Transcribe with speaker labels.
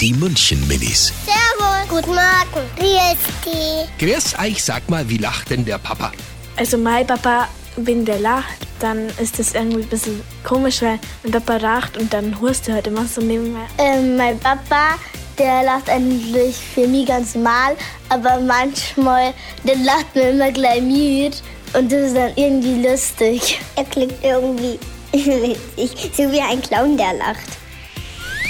Speaker 1: Die München-Minis.
Speaker 2: Servus. Guten Morgen. Wie ist die?
Speaker 1: Grüß euch, sag mal, wie lacht denn der Papa?
Speaker 3: Also mein Papa, wenn der lacht, dann ist das irgendwie ein bisschen komisch, weil mein Papa lacht und dann hust er halt immer so nebenbei.
Speaker 2: Ähm, mein Papa, der lacht eigentlich für mich ganz normal, aber manchmal, der lacht mir immer gleich mit und das ist dann irgendwie lustig.
Speaker 4: Er klingt irgendwie witzig, so wie ein Clown, der lacht.